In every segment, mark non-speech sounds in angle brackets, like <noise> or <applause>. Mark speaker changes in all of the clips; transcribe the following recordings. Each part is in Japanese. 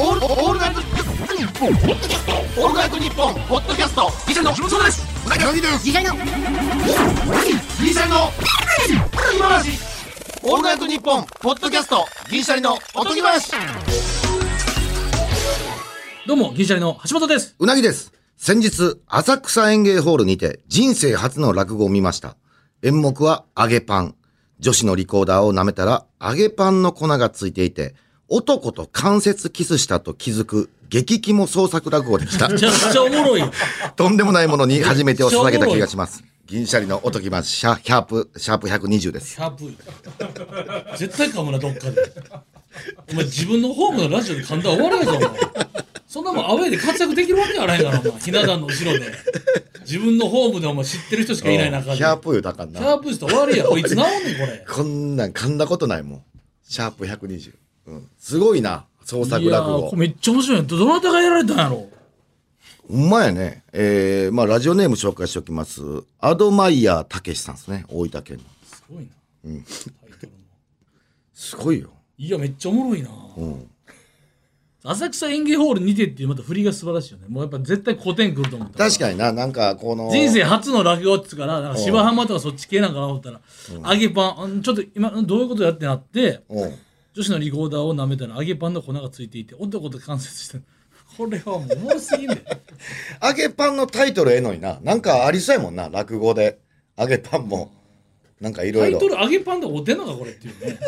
Speaker 1: オールオールナイトニッポンオールナイトニッポンポッドキャストギシャリの木本壮ですうなぎですギシャリの今話オールナイトニッポンポッドキャストギシャリのおとぎ話
Speaker 2: どうも、銀シャリの橋本です。
Speaker 3: うなぎです。先日、浅草園芸ホールにて人生初の落語を見ました。演目は揚げパン。女子のリコーダーを舐めたら揚げパンの粉がついていて、男と関節キスしたと気づく激肝創作落語でした。
Speaker 2: めちゃくちゃおもろい。
Speaker 3: とんでもないものに初めてを捧げた気がします。銀シャリのおとぎまシャシャープ、シャープ120です。
Speaker 2: キャブ絶対噛むな、どっかで。お前、自分のホームのラジオで噛んだら終わらないぞ、お前。そんなもんアウェーで活躍できるわけがないから、お前。ひな壇の後ろで。自分のホームでお前知ってる人しかいない中で。
Speaker 3: シャープ言うたらあかん
Speaker 2: キャ
Speaker 3: な。
Speaker 2: ープしたら終わりや。これいつ治んねん、これ。
Speaker 3: こんなん噛んだことないもん。シャープ120。うん。すごいな、創作
Speaker 2: いや
Speaker 3: 落
Speaker 2: ー
Speaker 3: 語
Speaker 2: これ。めっちゃ面白いねどどなたがやられたんやろ
Speaker 3: ほんまやね。えー、まあ、ラジオネーム紹介しておきます。アドマイヤーたけしさんですね。大分県の。
Speaker 2: すごいな。タイトルも
Speaker 3: すごいよ。
Speaker 2: いや、めっちゃおもろいな。
Speaker 3: うん。
Speaker 2: 浅草演芸ホールにてっていうまた振りが素晴らしいよね。もうやっぱ絶対古典来ると思った。
Speaker 3: 確かにな、なんか、この。
Speaker 2: 人生初の落語っつうからなんか芝浜とかそっち系なんかなと思ったら、揚げパンうんちょっと今うんどういうことやってなって
Speaker 3: うん。
Speaker 2: 女子のリコーダーを舐めたら揚げパンの粉がついていて男と関節してこれはもうおもろすぎんね
Speaker 3: 揚げパンのタイトルええのにな。なんかありそうやもんな、落語で。揚げパンも。なんかいろ
Speaker 2: タ
Speaker 3: い
Speaker 2: イ
Speaker 3: ろ
Speaker 2: ト。ル揚げパンでおてんのかこれっていうね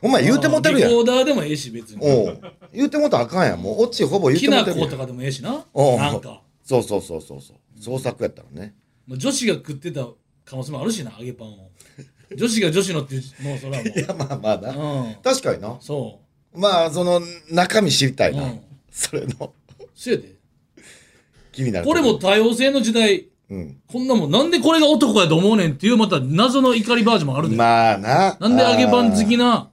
Speaker 3: お前言うてもてるやん。
Speaker 2: リ
Speaker 3: お
Speaker 2: コーダーでもええし別に
Speaker 3: う言うてもたらあかんやん。もう、オチほぼ言う
Speaker 2: き
Speaker 3: ても
Speaker 2: な
Speaker 3: てるや
Speaker 2: 粉
Speaker 3: ん
Speaker 2: と。かでもええしな
Speaker 3: おう
Speaker 2: なんか
Speaker 3: そうそうそうそうそう。創作やったらね。
Speaker 2: まあ女子が食ってた可能性もあるしな揚げパン
Speaker 3: <laughs>
Speaker 2: を女子が女子のっていうもうそれ
Speaker 3: いや、まあまあな。
Speaker 2: はもう、
Speaker 3: <laughs>
Speaker 2: うん、
Speaker 3: 確かにな。
Speaker 2: そ
Speaker 3: まあ、その、中身知りた
Speaker 2: う、
Speaker 3: いうな。
Speaker 2: ん、
Speaker 3: それの、
Speaker 2: せやで
Speaker 3: 気になる。
Speaker 2: これも。多様性の時代
Speaker 3: うん。
Speaker 2: こんなもん、なんでこれが男やと思うねんっていう、また謎の怒りバージョンもあるで。
Speaker 3: まあな。
Speaker 2: なんで揚げパン好き
Speaker 3: な
Speaker 2: な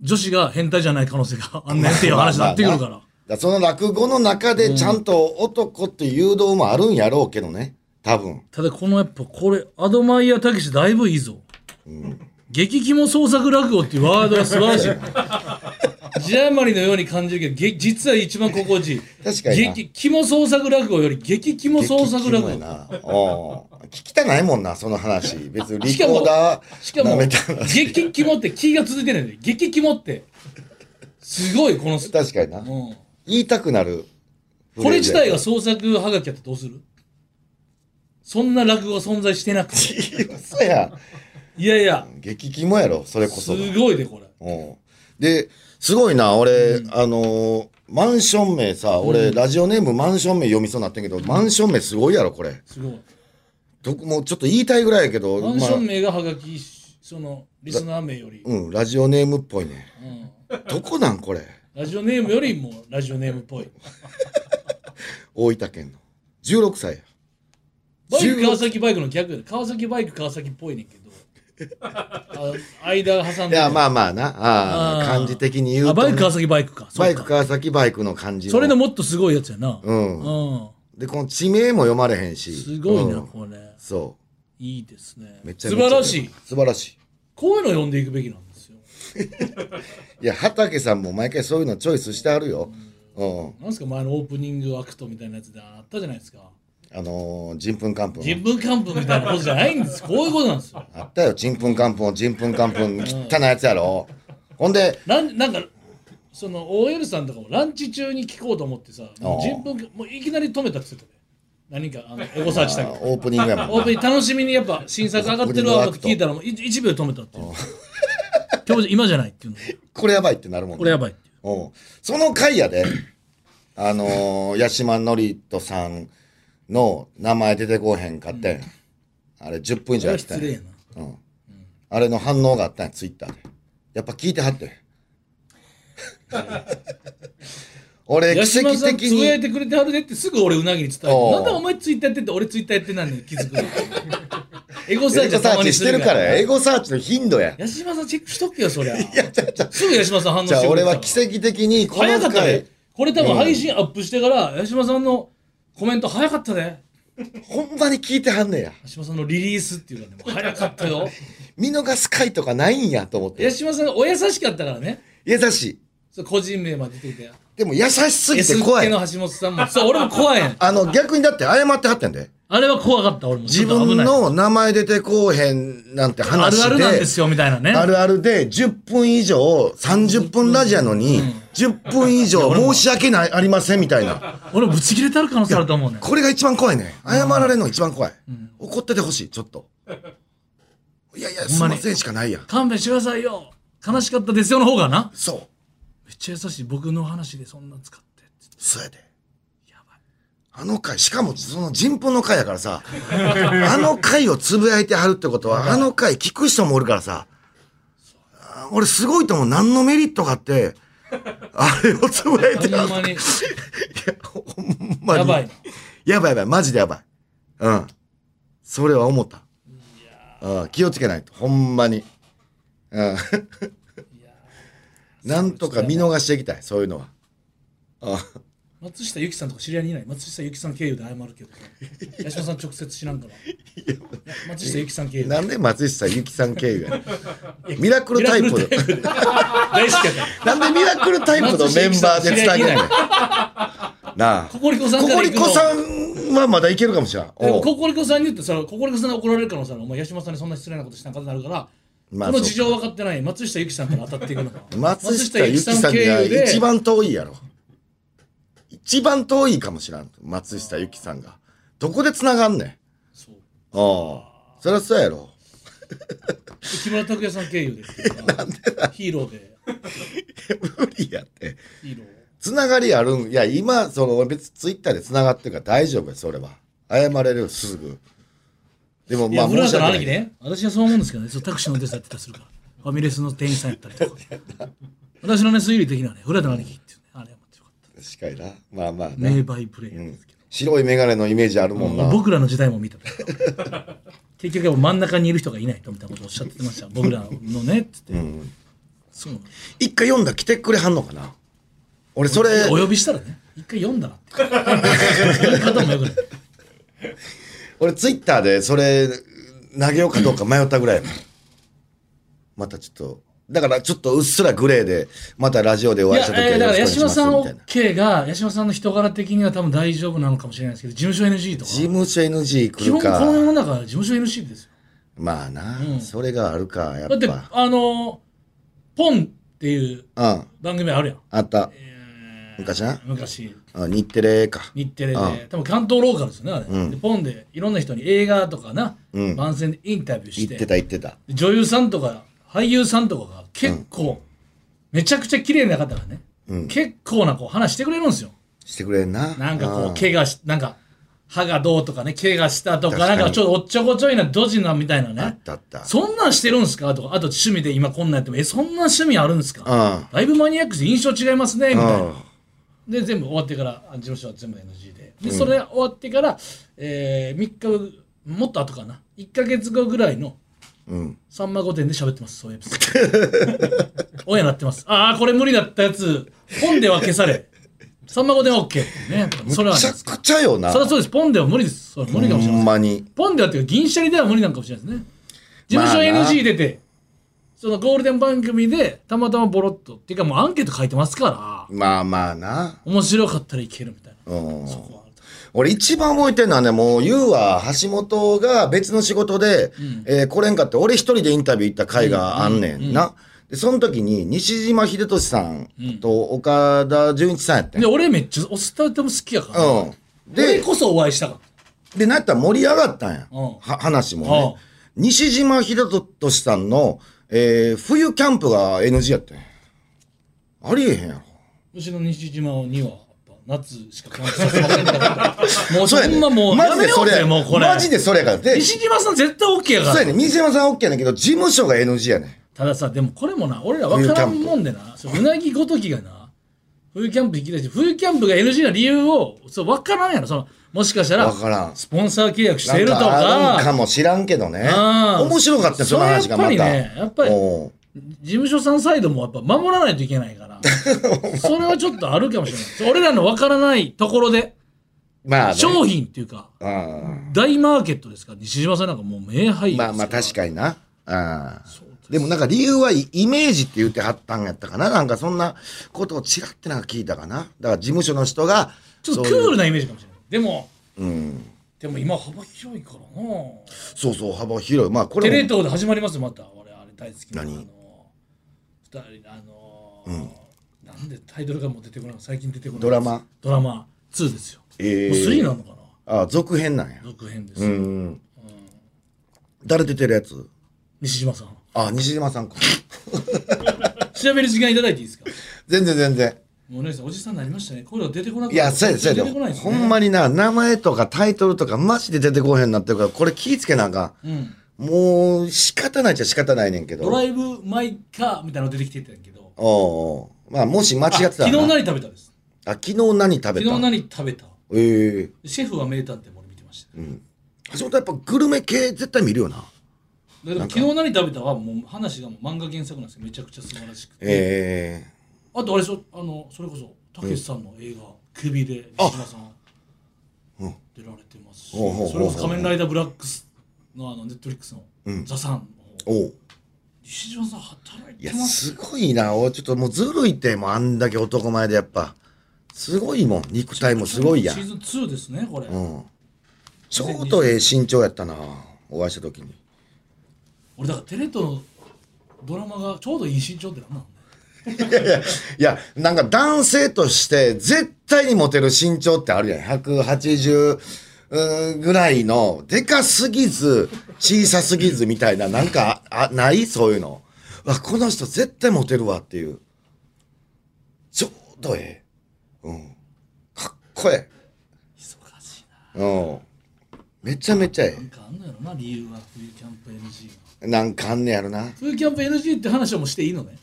Speaker 2: 女子が変態じゃない可能性があんねんっていう話になってくるから。
Speaker 3: その落語の中でちゃんと男っていう誘導もあるんやろうけどね。多分。
Speaker 2: ただこのやっぱこれ、アドマイヤたけしだいぶいいぞ。激肝創作落語っていうワードが素晴らしい。
Speaker 3: <laughs>
Speaker 2: 字余りのように感じるけど、げ実は一番心地いい。
Speaker 3: 確かにな。
Speaker 2: 激肝創作落語より激肝創作落
Speaker 3: 激キモい
Speaker 2: 語。
Speaker 3: な。お聞きたないもんな、その話。別にリ
Speaker 2: しか
Speaker 3: コ
Speaker 2: も
Speaker 3: ーダー。
Speaker 2: しかも
Speaker 3: 舐めた話、
Speaker 2: 激肝って気が続いてないんで、激肝って。すごい、このす、
Speaker 3: 確かにな。
Speaker 2: うん。
Speaker 3: 言いたくなる。
Speaker 2: これ自体が創作はがきやったらどうするそんな落語が存在してな
Speaker 3: <laughs>
Speaker 2: くて。
Speaker 3: 嘘や。
Speaker 2: いやいや、
Speaker 3: 激キモやろ、それこ
Speaker 2: す
Speaker 3: そが。
Speaker 2: ごいで、これ。
Speaker 3: うんで、すごいな、俺、あのーマンション名さ、俺、ラジオネームマンション名読みそうになってんけど、マンション名すごいやろ、これ。
Speaker 2: すごい。
Speaker 3: どこもうちょっと言いたいぐらいやけど、
Speaker 2: マンション
Speaker 3: まあ
Speaker 2: 名がはがき、その、リスナー名より、
Speaker 3: うん、ラジオネームっぽいね。
Speaker 2: うん
Speaker 3: どこなんこれ。
Speaker 2: ラジオネームよりもラジオネームっぽい。
Speaker 3: 大分県の。16歳や。
Speaker 2: バイク、
Speaker 3: 16
Speaker 2: 川崎バイクの逆やで。川崎バイク、川崎っぽいねん
Speaker 3: <laughs>
Speaker 2: けど。あ間挟ん
Speaker 3: い
Speaker 2: で。
Speaker 3: や、まあまあな。ああ
Speaker 2: あー
Speaker 3: 漢字的に言う
Speaker 2: あ
Speaker 3: とね、
Speaker 2: バイク、川崎バイクか。そう
Speaker 3: バイク川崎バイクの漢字
Speaker 2: それの。もっとすごいやつやな。
Speaker 3: う。
Speaker 2: うんん。
Speaker 3: で、この地名も読まれへんし。
Speaker 2: すごいうな、
Speaker 3: ん
Speaker 2: これ。
Speaker 3: そ
Speaker 2: いいですね
Speaker 3: う。め。ちゃ
Speaker 2: 素
Speaker 3: めちゃ
Speaker 2: 晴らしい。。
Speaker 3: 素晴らしい。
Speaker 2: こういうの読んでいくべきなんですよ。
Speaker 3: いや、畑さんも毎回そういうのチョイスしてあるよ。うん。
Speaker 2: なんですか前のオープニングアクトみたいなやつであったじゃないですか。
Speaker 3: あのー、人糞かんぷ
Speaker 2: 人
Speaker 3: ん。
Speaker 2: 文漢文みたいなことじゃないんです。こういうことなんですよ。
Speaker 3: あったよ、人糞かんぷん、人糞かんぷん、汚いやつやろ。ほんで、
Speaker 2: なんなんか、その OL さんとかもランチ中に聞こうと思ってさ、もう人文もういきなり止めたって言ってたね。何か
Speaker 3: <laughs>
Speaker 2: あのエゴサー
Speaker 3: あ
Speaker 2: チしたけど。
Speaker 3: オープニングやもんな
Speaker 2: オープニング楽しみにやっぱ新作上がってるわと聞いたらもうい1秒で止めたっていう。今日じゃ今じゃないっていうの。
Speaker 3: これやばいってなるもんね
Speaker 2: これやばいっていう。
Speaker 3: うんその回やで、あのー、八島智人さんの名前出てこうへんかってん、あれ10分以上
Speaker 2: これ
Speaker 3: や
Speaker 2: は
Speaker 3: ってた
Speaker 2: 失
Speaker 3: ん
Speaker 2: 礼や
Speaker 3: や、
Speaker 2: な。
Speaker 3: うん、あれの反応があったんやツイッターでやっぱ聞いてはって
Speaker 2: <laughs>
Speaker 3: ん俺奇
Speaker 2: 八島
Speaker 3: 跡
Speaker 2: さん
Speaker 3: 的
Speaker 2: つぶやい
Speaker 3: に
Speaker 2: てくれてはるでってすぐ俺うなぎに伝えて
Speaker 3: おう
Speaker 2: なんでお前ツイッターやってて俺ツイッターやってないのに気づくのエゴ
Speaker 3: <laughs>
Speaker 2: サ
Speaker 3: エ
Speaker 2: ーチ
Speaker 3: ゴ
Speaker 2: はた
Speaker 3: サ
Speaker 2: ま
Speaker 3: ー
Speaker 2: に
Speaker 3: チ
Speaker 2: す
Speaker 3: してる
Speaker 2: るか
Speaker 3: かららエゴサーチの頻度や
Speaker 2: 八島さんチェックしとけよそりゃすぐ八島さん反応し
Speaker 3: じ
Speaker 2: て
Speaker 3: ゃあ
Speaker 2: くれ
Speaker 3: 俺
Speaker 2: た
Speaker 3: は奇跡的にこ
Speaker 2: 早か
Speaker 3: の
Speaker 2: った
Speaker 3: 回
Speaker 2: でこれ多分配信アップしてから八島さんのコメント早かったで
Speaker 3: ほんまに聞いてはんねや
Speaker 2: 八島さんのリリースっていうかねもう早かっ
Speaker 3: <laughs>
Speaker 2: たよ
Speaker 3: 見逃す回とかないんやと思って
Speaker 2: 八島さんがお優しかったからね
Speaker 3: 優しい
Speaker 2: そう個人名まで出てきて
Speaker 3: でも優しすぎ
Speaker 2: S
Speaker 3: て
Speaker 2: っ
Speaker 3: 怖
Speaker 2: 気
Speaker 3: い。
Speaker 2: の橋本さんもそう俺も怖いやん
Speaker 3: あの、逆にだって謝ってはってんで。
Speaker 2: あれは怖かった俺も
Speaker 3: 自
Speaker 2: ちょっと危
Speaker 3: 分
Speaker 2: ない
Speaker 3: の名前出てこうへんなんて
Speaker 2: あ
Speaker 3: 話
Speaker 2: る
Speaker 3: で。
Speaker 2: あるなんですよみたいなね
Speaker 3: あるあるで、10分以上、30分ラジオやのに、10分以上申し訳ない、ありませんみたいな。
Speaker 2: 俺もブチ切れてある可能性あると思うねん
Speaker 3: これが一番怖いね。謝られるのが一番怖い。怒っててほしい、ちょっと。いやいや、すい
Speaker 2: ほんま
Speaker 3: ま
Speaker 2: に
Speaker 3: せんしかないやん。
Speaker 2: 勘弁してくださいよ悲しかったですよの方がな
Speaker 3: そう。
Speaker 2: めっちゃ優しい僕の話でそんな使って
Speaker 3: そうやで。
Speaker 2: やばい
Speaker 3: あの回、しかもその人分の回やから <laughs> さ、あの回をつぶやいてはるってことは、あの回聞く人もおるからさ、あー俺すごいと思う。何のメリットがあ <laughs> って、あれをつぶやいては
Speaker 2: ほん
Speaker 3: る。 <laughs>
Speaker 2: まに
Speaker 3: ほんまに。
Speaker 2: やばいな
Speaker 3: やばいやばい、マジでやばい。うん。それは思った。うん、気をつけないと、ほんまに。うん。なんとか見逃していきたい、そういうのは。
Speaker 2: 松下由紀さんとか知り合いにいない松下由紀さん経由で謝るけど八嶋さん直接知らんから松下由紀さん経由で
Speaker 3: なんで松下由紀さん経由やねんミラクルタイプ
Speaker 2: ミラクルタイプ大好きやから
Speaker 3: なんでミラクルタイプのメンバーで伝えてんねん。なあ。
Speaker 2: ココリコさん
Speaker 3: コ
Speaker 2: から
Speaker 3: コ
Speaker 2: 行
Speaker 3: リ
Speaker 2: くの
Speaker 3: コさんはまだいけるかもしれん。
Speaker 2: でも
Speaker 3: おう
Speaker 2: ココリコさんに言ってそれココリコさんに怒られるからさお前八嶋さんにそんな失礼なことしたんかってなるから
Speaker 3: まあ
Speaker 2: この事情分かってない松下由紀さんから当たっていくのか
Speaker 3: 松下由紀さんが一番遠いやろ。一番遠いかもしらん。松下由紀さんが。どこで繋がんねん。
Speaker 2: そう
Speaker 3: おうそりゃそうやろ。
Speaker 2: 木村拓哉さん経由ですからヒーローで
Speaker 3: 無理やって。
Speaker 2: ヒーロー
Speaker 3: つながりあるん。いや、今、その、俺別にツイッターでつながってるから大丈夫や、それは。謝れる、すぐ。でも、
Speaker 2: い
Speaker 3: ま
Speaker 2: や、
Speaker 3: あ、
Speaker 2: 古
Speaker 3: 申し
Speaker 2: 畑の
Speaker 3: 訳
Speaker 2: 兄貴
Speaker 3: ない。
Speaker 2: ね。私はそう思うんですけどね。そうタクシーの運転手やってたりするから。ファミレスの店員さんやったりとか。私のね、推理的にはね、古畑の兄貴っていうね、あれはってよかっ
Speaker 3: 確かにな。まあまあ
Speaker 2: た。名
Speaker 3: ね。
Speaker 2: バイプレイヤーですけ
Speaker 3: 白いメガネのイメージあるもん
Speaker 2: ど。
Speaker 3: な。
Speaker 2: 僕らの時代も見たと。結局、真ん中にいる人がいないとみたいなことをおっしゃってました。僕らのね、つって。そうなの
Speaker 3: 一回読んだら来てくれはんのかな俺、それ、
Speaker 2: お呼びしたらね、一回読んだ
Speaker 3: <laughs>
Speaker 2: らって。言い方もよくない。
Speaker 3: 俺ツイッターでそれ投げようかどうか迷ったぐらいやもんまたちょっとだからちょっとうっすらグレーでまたラジオでお会い
Speaker 2: いや
Speaker 3: した、時
Speaker 2: えーだ
Speaker 3: は
Speaker 2: から、
Speaker 3: よろ
Speaker 2: 八
Speaker 3: しくお願
Speaker 2: 嶋
Speaker 3: いし
Speaker 2: さ
Speaker 3: ま
Speaker 2: ん
Speaker 3: すみたいな
Speaker 2: OK が、八嶋さんの人柄的には多分大丈夫なのかもしれないですけど、事務所 NG とか。
Speaker 3: 事務所 NG 来
Speaker 2: 基
Speaker 3: る
Speaker 2: 本この世
Speaker 3: か
Speaker 2: の中は事務所 NC ですよ
Speaker 3: まあな、それがあるかや
Speaker 2: だ
Speaker 3: っ
Speaker 2: って
Speaker 3: ぱ
Speaker 2: あのポンっていう
Speaker 3: うん
Speaker 2: 番組あるやん
Speaker 3: あった昔な
Speaker 2: 昔
Speaker 3: うん日テレか
Speaker 2: 日テレで
Speaker 3: あ
Speaker 2: 多分関東ローカルですよねあれ、でポンでいろんな人に映画とかな、
Speaker 3: うん
Speaker 2: 番宣でインタビューし
Speaker 3: 言
Speaker 2: て
Speaker 3: ってた言ってた
Speaker 2: 女優さんとか俳優さんとかが結構、めちゃくちゃ綺麗な方がね、結構なこう話してくれるんですよ
Speaker 3: してくれんな
Speaker 2: なんかこ
Speaker 3: うん
Speaker 2: う怪我しなんか歯がどうとかね怪我したとか
Speaker 3: 確かに
Speaker 2: なんかちょっとおっちょこちょいなドジなみたいなね
Speaker 3: あったあった
Speaker 2: そんなんしてるんですかとか、あと趣味で今こんなんやっても、え、そんな趣味あるんです
Speaker 3: う
Speaker 2: か
Speaker 3: ん
Speaker 2: だいぶマニアックで印象違いますね、みたい
Speaker 3: うん
Speaker 2: な。で、全部終わってから、あ事務所は全部 NG で。で、それ終わってから、えー、3日、もっと後かな。1ヶ月後ぐらいの、さんま御殿で喋ってます、そういうエピソード。 <laughs> 親なってます。ああ、これ無理だったやつ、本では消され。さんま御殿は OK。ね、それは
Speaker 3: めち
Speaker 2: あり
Speaker 3: ゃ
Speaker 2: ます。
Speaker 3: くちゃよな
Speaker 2: それはそうです。ポンでは無理です。それは無理かもしれません
Speaker 3: ほん。まに
Speaker 2: ポンではっていうか銀シャリでは無理なんかもしれないですね事務所
Speaker 3: まあな
Speaker 2: NG 出て、そのゴールデン番組でたまたまボロッとっていうかもうアンケート書いてますから
Speaker 3: まあまあな
Speaker 2: 面白かったらいけるみたいな、
Speaker 3: うん
Speaker 2: そこはあると
Speaker 3: 俺一番覚えてるのはね、もう、ゆうは橋本が別の仕事で、えー来れんかって、俺一人でインタビュー行った回があんねんな。で、その時に、西島秀俊さんと岡田准一さんやってん。
Speaker 2: で俺めっちゃおスタ歌も好きやから、
Speaker 3: うん。
Speaker 2: 俺
Speaker 3: で、
Speaker 2: こそお会いしたかっ
Speaker 3: で、なんやったら盛り上がったんや。
Speaker 2: うん
Speaker 3: は話もね。
Speaker 2: う
Speaker 3: 西島秀俊さんの、えー冬キャンプが NG やってん。ありえへんやろ。
Speaker 2: たうちの西島にはやっぱ夏しか感じさせませんからもう
Speaker 3: そうや
Speaker 2: ほん
Speaker 3: ね
Speaker 2: まもう
Speaker 3: マ
Speaker 2: や
Speaker 3: ジ
Speaker 2: め
Speaker 3: で
Speaker 2: よ
Speaker 3: そうれ
Speaker 2: ぜ
Speaker 3: や。
Speaker 2: もうこれ
Speaker 3: マジでそれやから。で、そ
Speaker 2: 西島さん絶対 OK やから
Speaker 3: うやね。西島さん OK やねんけど、事務所が NG やねん。
Speaker 2: たださでもこれもな俺ら分からんもんでなそううなぎごときがな冬キャンプ行きたいし冬キャンプが NG な理由をそう分からんやろそのもしかしたら
Speaker 3: わからん
Speaker 2: スポンサー契約し
Speaker 3: な
Speaker 2: て
Speaker 3: ん
Speaker 2: ると
Speaker 3: かあ
Speaker 2: か
Speaker 3: るんかもしらんけどね。
Speaker 2: うん
Speaker 3: 面白かったよその話がまた。
Speaker 2: それはやっぱりねやっぱり
Speaker 3: おう
Speaker 2: 事務所さんサイドもやっぱ守らないといけないから
Speaker 3: <laughs>
Speaker 2: それはちょっとあるかもしれないそう俺らの分からないところで
Speaker 3: まあ、ね、
Speaker 2: 商品っていうか
Speaker 3: うん
Speaker 2: 大マーケットですから西島さんなんかもう名俳優です
Speaker 3: ま
Speaker 2: から
Speaker 3: あまあ確かにな。ああ
Speaker 2: そう
Speaker 3: でもなんか理由はイイメージって言ってはったんやったかな。なんかそんなことをちらってなんか聞いたかな。だから事務所の人が、
Speaker 2: ちょっとク
Speaker 3: そういう
Speaker 2: ールなイメージかもしれない。でも、
Speaker 3: うん。
Speaker 2: でも今幅広いからな。
Speaker 3: そうそう、幅広い。まあこ
Speaker 2: テ
Speaker 3: れ
Speaker 2: レ
Speaker 3: も、
Speaker 2: 東で始まりますよ、また。俺、あれ大好きな。
Speaker 3: 何
Speaker 2: あの二人、あのーなんでタイトルがもう出てこないの最近出てこない。
Speaker 3: ドラマ。
Speaker 2: ドラマ2ですよ。
Speaker 3: え
Speaker 2: もう3なのか
Speaker 3: あ続編なんや
Speaker 2: な。続編です
Speaker 3: う
Speaker 2: よ、
Speaker 3: ん。誰出てるやつ
Speaker 2: 西島さん。
Speaker 3: あ、西島
Speaker 2: <laughs>
Speaker 3: さんか。
Speaker 2: 調べる時間いただいていいですか
Speaker 3: 全然全然。
Speaker 2: もうね、おじさんになりましたね。こういうの出てこなく
Speaker 3: いや、そうやで、そうや
Speaker 2: 出
Speaker 3: で
Speaker 2: てこないです
Speaker 3: ほ
Speaker 2: ね。
Speaker 3: んまにな、名前とかタイトルとかマジで出てこへんようになってるから、これ気ぃつけなあか
Speaker 2: うん。
Speaker 3: ん。もう、仕方ないっちゃ仕方ないねんけど。
Speaker 2: ドライブ・マイ・カーみたいなの出てきてたんやけど。
Speaker 3: おうおうまあ、もし間違ってた
Speaker 2: あ
Speaker 3: ら
Speaker 2: 昨日
Speaker 3: な。
Speaker 2: 何食べたです。
Speaker 3: あ、昨日何食べ
Speaker 2: 昨日
Speaker 3: た
Speaker 2: 何食べた
Speaker 3: ええ
Speaker 2: シェフは名探偵も俺見てましたね。
Speaker 3: 橋本やっぱグルメ系絶対見るよな。
Speaker 2: ででも昨日何食べたはもう話がもう漫画原作なんですよ。めちゃくちゃ素晴らしくて。
Speaker 3: え
Speaker 2: あとあれそあのそれこそたけしさんの映画「首」で
Speaker 3: あ
Speaker 2: 三島さん出られてますし、
Speaker 3: ほうほうほうほう
Speaker 2: それこそ「仮面ライダーブラックス」のあのネットフリックスの
Speaker 3: うん
Speaker 2: 「ザサンの方
Speaker 3: えおう
Speaker 2: 西島さん働い
Speaker 3: い
Speaker 2: て
Speaker 3: や、
Speaker 2: ます
Speaker 3: すごいな。おちょっともうずるいって、もうあんだけ男前でやっぱ。すごいもん。肉体もすごいやん
Speaker 2: シ。ーズン2ですねこれ、
Speaker 3: うん。ちょうどええ身長やったな。お会いした時に。
Speaker 2: 俺だからテレ東のドラマがちょうどいい身長ってなんなのね
Speaker 3: いや、なんか男性として絶対にモテる身長ってあるやん。180うーんぐらいの、でかすぎず、小さすぎずみたいな、なんか、あ、ないそういうの。うわ、この人絶対モテるわっていう。ちょうどええ。うん。かっこえ
Speaker 2: 忙しいな
Speaker 3: え。うん。めちゃめちゃえ
Speaker 2: なんかあんのやろな理由は冬キャンプ NG が
Speaker 3: え。なんかあんねやろな。
Speaker 2: 冬キャンプ NG って話はもうしていいのね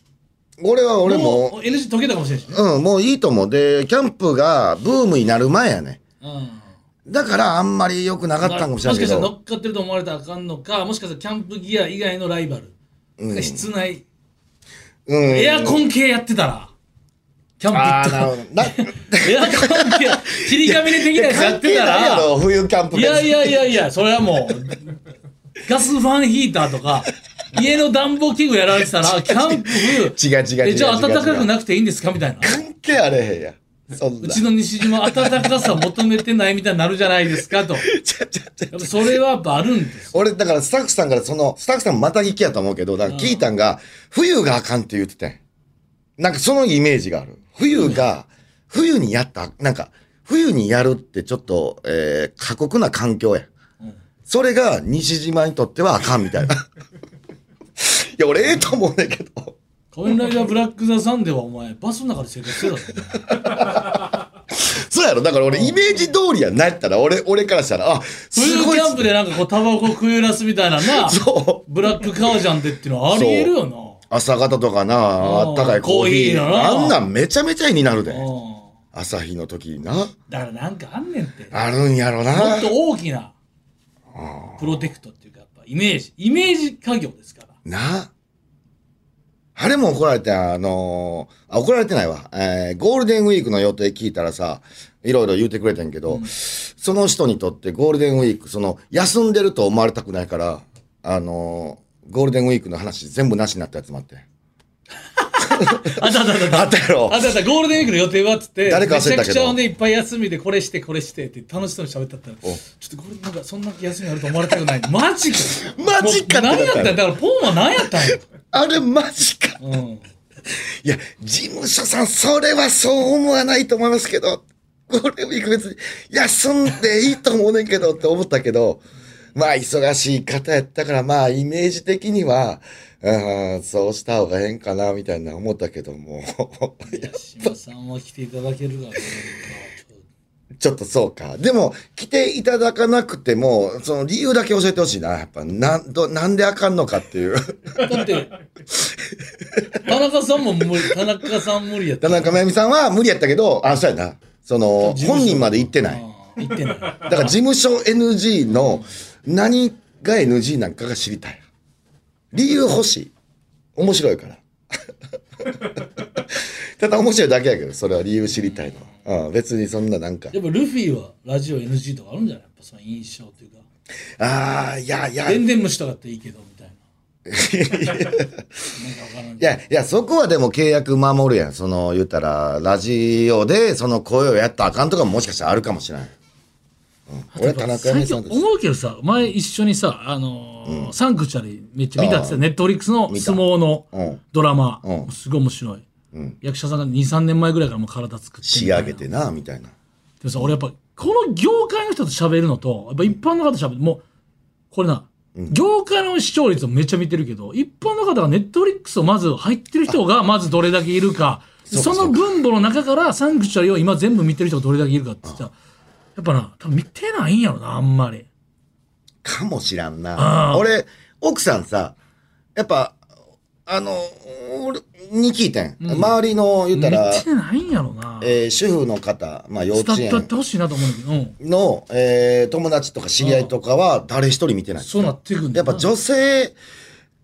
Speaker 3: 俺は俺も、
Speaker 2: う NG 解けたかもしれないしね
Speaker 3: うん、もういいと思う。で、キャンプがブームになる前やね。
Speaker 2: うん
Speaker 3: だからあんまり良くなかったんかもしれないけ
Speaker 2: もしかしたら
Speaker 3: ど。
Speaker 2: 乗っかってると思われたらあかんのかもしかしたらキャンプギア以外のライバル、
Speaker 3: うん
Speaker 2: 室内
Speaker 3: うん、
Speaker 2: エアコン系やってたらキャンプ
Speaker 3: ああ、なる
Speaker 2: 行っ
Speaker 3: ほど。な、
Speaker 2: <laughs> たエアコン系切り紙で的なやつやっ
Speaker 3: 関
Speaker 2: て
Speaker 3: 係
Speaker 2: た
Speaker 3: ないや
Speaker 2: ら
Speaker 3: ろ、冬キャンプ
Speaker 2: いやいやいやいやそれはもうガスファンヒーターと
Speaker 3: <laughs>
Speaker 2: か家の暖房器具やられてたらキャンプ
Speaker 3: 違う違う違う違う
Speaker 2: えじゃあ暖かくなくていいんですか
Speaker 3: <laughs>
Speaker 2: みたいな
Speaker 3: 関係あれへんやん。そん
Speaker 2: う
Speaker 3: な。
Speaker 2: ちの西島暖かさ求めてないみたいになるじゃないですかとや
Speaker 3: <laughs> ちゃちゃちゃ
Speaker 2: っぱそれはやっぱあるんです
Speaker 3: 俺、だからスタッフさんからその、スタッフさんもまた聞きやと思うけど、だから聞いたんが、冬があかんって言っててん。なんかそのイメージがある。冬が、冬にやった、なんか、冬にやるってちょっと、えー、過酷な環境や。
Speaker 2: うん
Speaker 3: それが西島にとってはあかんみたいな。い
Speaker 2: <laughs>
Speaker 3: や、俺ええと思うねんけど。
Speaker 2: 仮面ライダーブラックザサンデーはお前バスの中で生活してたぞお前
Speaker 3: そうやろだから俺イメージ通りやんなやったら俺俺からしたらあす
Speaker 2: 冬
Speaker 3: ごい
Speaker 2: キ
Speaker 3: っ
Speaker 2: ャ
Speaker 3: す
Speaker 2: ンプでなんかこうタバコ食いらすみたいなな
Speaker 3: そう
Speaker 2: ブラック革ジャンでっていうのはありえるよな
Speaker 3: <laughs> 朝方とかなあったかいコーヒー
Speaker 2: コーヒーな
Speaker 3: あんなんめちゃめちゃ絵になるで
Speaker 2: うん
Speaker 3: 朝日の時にな
Speaker 2: だからなんかあんねんっても
Speaker 3: あるんやろな
Speaker 2: っと大きなプロテクトっていうかやっぱイメージイメージ家業ですから
Speaker 3: なあれも怒られてあのーあ怒られてないわ、えーゴールデンウィークの予定聞いたらさいろいろ言ってくれてんけど、その人にとってゴールデンウィークその休んでると思われたくないからあのーゴールデンウィークの話全部なしになったやつもあって
Speaker 2: あったあった <laughs> あった
Speaker 3: あったやろ
Speaker 2: あったあったゴールデンウィークの予定はっつって
Speaker 3: 誰か忘れたけど
Speaker 2: めちゃくちゃほんでいっぱい休みでこれしてこれしてって楽しそうに喋ったったらちょ
Speaker 3: お
Speaker 2: っとこれなんかそんな休みあると思われたくないマジか
Speaker 3: <laughs> マジかってな
Speaker 2: も
Speaker 3: った
Speaker 2: う何やったんやだからポンは何やったんや
Speaker 3: あれマジか。
Speaker 2: うん
Speaker 3: いや、事務所さん、それはそう思わないと思いますけど、これも別に休んでいいと思うねんけどって思ったけど、まあ、忙しい方やったから、まあ、イメージ的には、うん、そうした方がええんかな、みたいな思ったけども、 <laughs>
Speaker 2: 八島さんは来ていただけるかな
Speaker 3: ちょっとそうか。でも、来ていただかなくても、その理由だけ教えてほしいな。やっぱ、なん、ど、なんであかんのかっていう。
Speaker 2: だって田中さんも無理田中さん無理やった
Speaker 3: 田中真由美さんは無理やったけど、あ、そうやな。その、
Speaker 2: 事
Speaker 3: 本
Speaker 2: 務所
Speaker 3: 人まで行ってない。
Speaker 2: うん行ってな
Speaker 3: だ
Speaker 2: い
Speaker 3: から事務所 NG の何が NG なんかが知りたい。理由欲しい。面白いから。 <laughs> ただ面白いだけやけど、それは理由知りたいのは。うん、別にそんななんか。
Speaker 2: やっぱルフィはラジオ NG とかあるんじゃないやっぱその印象というか
Speaker 3: ああ、いやいや、
Speaker 2: 全然無視とかっていいけどみたいななんかわから
Speaker 3: い
Speaker 2: ん
Speaker 3: や、いや、そこはでも契約守るやん。その、言ったら、ラジオで、その声をやったらあかんとかももしかしたらあるかもしれない。うん、俺、田中
Speaker 2: 最
Speaker 3: 嫁
Speaker 2: 近
Speaker 3: さんです。
Speaker 2: 思うけどさ前一緒にさ、あのーサンクチュアリめっちゃ見たって
Speaker 3: あ
Speaker 2: さネットフリックスの
Speaker 3: 見た
Speaker 2: 相撲の
Speaker 3: うん
Speaker 2: ドラマ、
Speaker 3: うん
Speaker 2: すごい面白い、
Speaker 3: ん
Speaker 2: 役者さんが23年前ぐらいからもう体作って
Speaker 3: 仕
Speaker 2: みたいな
Speaker 3: 上げてな、みたいな。
Speaker 2: でもさ俺やっぱこの業界の人と喋るのとやっぱ一般の方と喋るもうこれな、業界の視聴率をめっちゃ見てるけど一般の方がネットフリックスをまず入ってる人がまずどれだけいるか
Speaker 3: うか
Speaker 2: その分母の中からサンクチュアリを今全部見てる人がどれだけいるかって言ったらやっぱな多分見てないんやろなあんまり。
Speaker 3: かもしらんな。
Speaker 2: うん
Speaker 3: 俺、奥さんさ、やっぱ、あの、俺に聞いてん。周りの、言ったら
Speaker 2: 見、てないんやろな。
Speaker 3: えー主婦の方、まあ、幼
Speaker 2: スタ
Speaker 3: 稚
Speaker 2: ッとやっ
Speaker 3: 園
Speaker 2: てほしいなと思うんだけど、うん、
Speaker 3: の、えー友達とか知り合いとかは、誰一人見てない。
Speaker 2: そうなってくんだ
Speaker 3: や
Speaker 2: よ
Speaker 3: っ
Speaker 2: な
Speaker 3: ぱ女性っ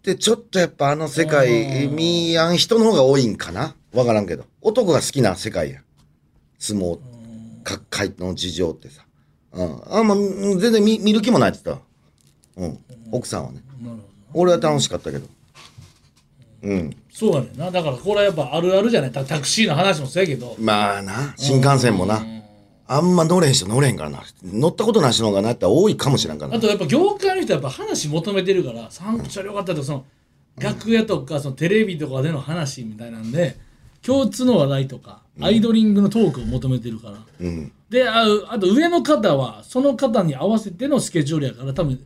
Speaker 3: てちょっとやっぱあの世界
Speaker 2: うん
Speaker 3: 見やん人の方が多いんかなわからんけど。男が好きな世界やん。相撲、各界の事情ってさ。うん。あんまうん全然見見る気もないって言ったわうん。奥さんはね。
Speaker 2: なるほど
Speaker 3: 俺は楽しかったけど。うん。
Speaker 2: そうやねんなだからこれはやっぱあるあるじゃないタタクシーの話もそうやけど
Speaker 3: まあな、新幹線もな。あんま乗れへん人乗れへんからな。乗ったことない人の方がなやったら多いかもしれんから
Speaker 2: あ
Speaker 3: な。
Speaker 2: とやっぱ業界の人はやっぱ話求めてるからサンクチュアリよかったとかその楽屋とかそのテレビとかでの話みたいなんで共通の話題とかアイドリングのトークを求めてるから、
Speaker 3: うん。
Speaker 2: でああと上の方はその方に合わせてのスケジュールやから多分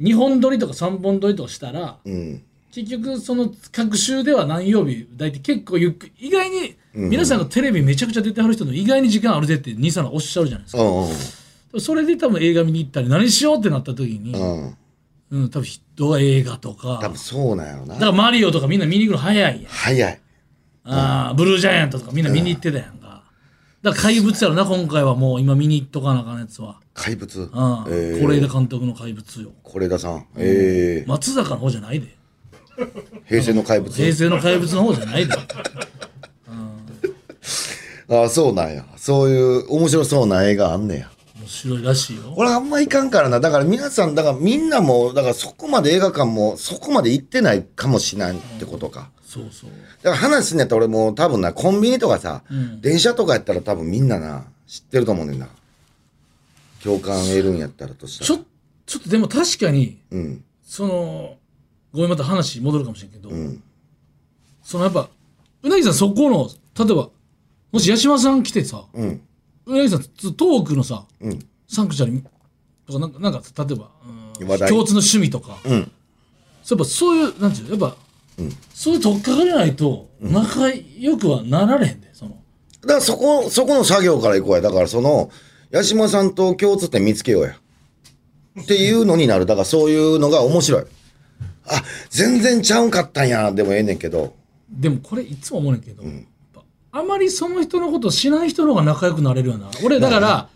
Speaker 2: 2本撮りとか3本撮りとかしたら
Speaker 3: うん。
Speaker 2: 結局その各週では何曜日大体結構ゆっくり意外に皆さんがテレビめちゃくちゃ出てはる人の意外に時間あるぜって兄さんがおっしゃるじゃないですか
Speaker 3: うん
Speaker 2: それで多分映画見に行ったり何しようってなった時に、
Speaker 3: うん。うん。
Speaker 2: うん、多分人は映画とか
Speaker 3: 多分そうなんやろな
Speaker 2: だか。らマリオとかみんな見に行くの早いやん
Speaker 3: 早い。
Speaker 2: あーブルージャイアントとかみんな見に行ってたやんかだから怪物やろな今回はもう今見に行っとかなあかんやつは
Speaker 3: 怪物。
Speaker 2: うん是枝、
Speaker 3: えー
Speaker 2: 監督の怪物よ
Speaker 3: 是枝さん。ええ
Speaker 2: 松坂の方じゃないで
Speaker 3: 平成の怪物。
Speaker 2: 平成の怪物の方じゃないで
Speaker 3: ああ、そうなんや。そういう面白そうな映画あんねや。
Speaker 2: 面白いらしいよ
Speaker 3: 俺あんまいかんからな。だから皆さん、だからみんなも、だからそこまで映画館もそこまで行ってないかもしれないってことか。
Speaker 2: そうそう
Speaker 3: だから話すんやったら俺もう多分な、コンビニとかさ、
Speaker 2: うん
Speaker 3: 電車とかやったら多分みんなな、知ってると思うねんな。共感得るんやったらとしたら。
Speaker 2: ちょちょっとでも確かに
Speaker 3: うん。
Speaker 2: そのごめんまた話戻るかもしれんけど、
Speaker 3: うん。
Speaker 2: そのやっぱうなぎさんそこの例えばもし八嶋さん来てさ
Speaker 3: うん。
Speaker 2: うなぎさんつトークのさ
Speaker 3: うん。
Speaker 2: サンクチュアリとかなんかなんか例えばうん
Speaker 3: 話題
Speaker 2: 共通の趣味とか、
Speaker 3: うん。
Speaker 2: そうやっぱそういうなんていうのやっぱ、
Speaker 3: ん
Speaker 2: そういう取っかかれないと仲良くはなられへんでその
Speaker 3: だからそこ、そこの作業から行こうや。だからその、八島さんと共通点見つけようや。っていうのになる。だからそういうのが面白い。あ、全然ちゃうんかったんや。でもええねんけど。
Speaker 2: でもこれいつも思うねんけど、やっぱあまりその人のことを知らない人の方が仲良くなれるよな俺だから、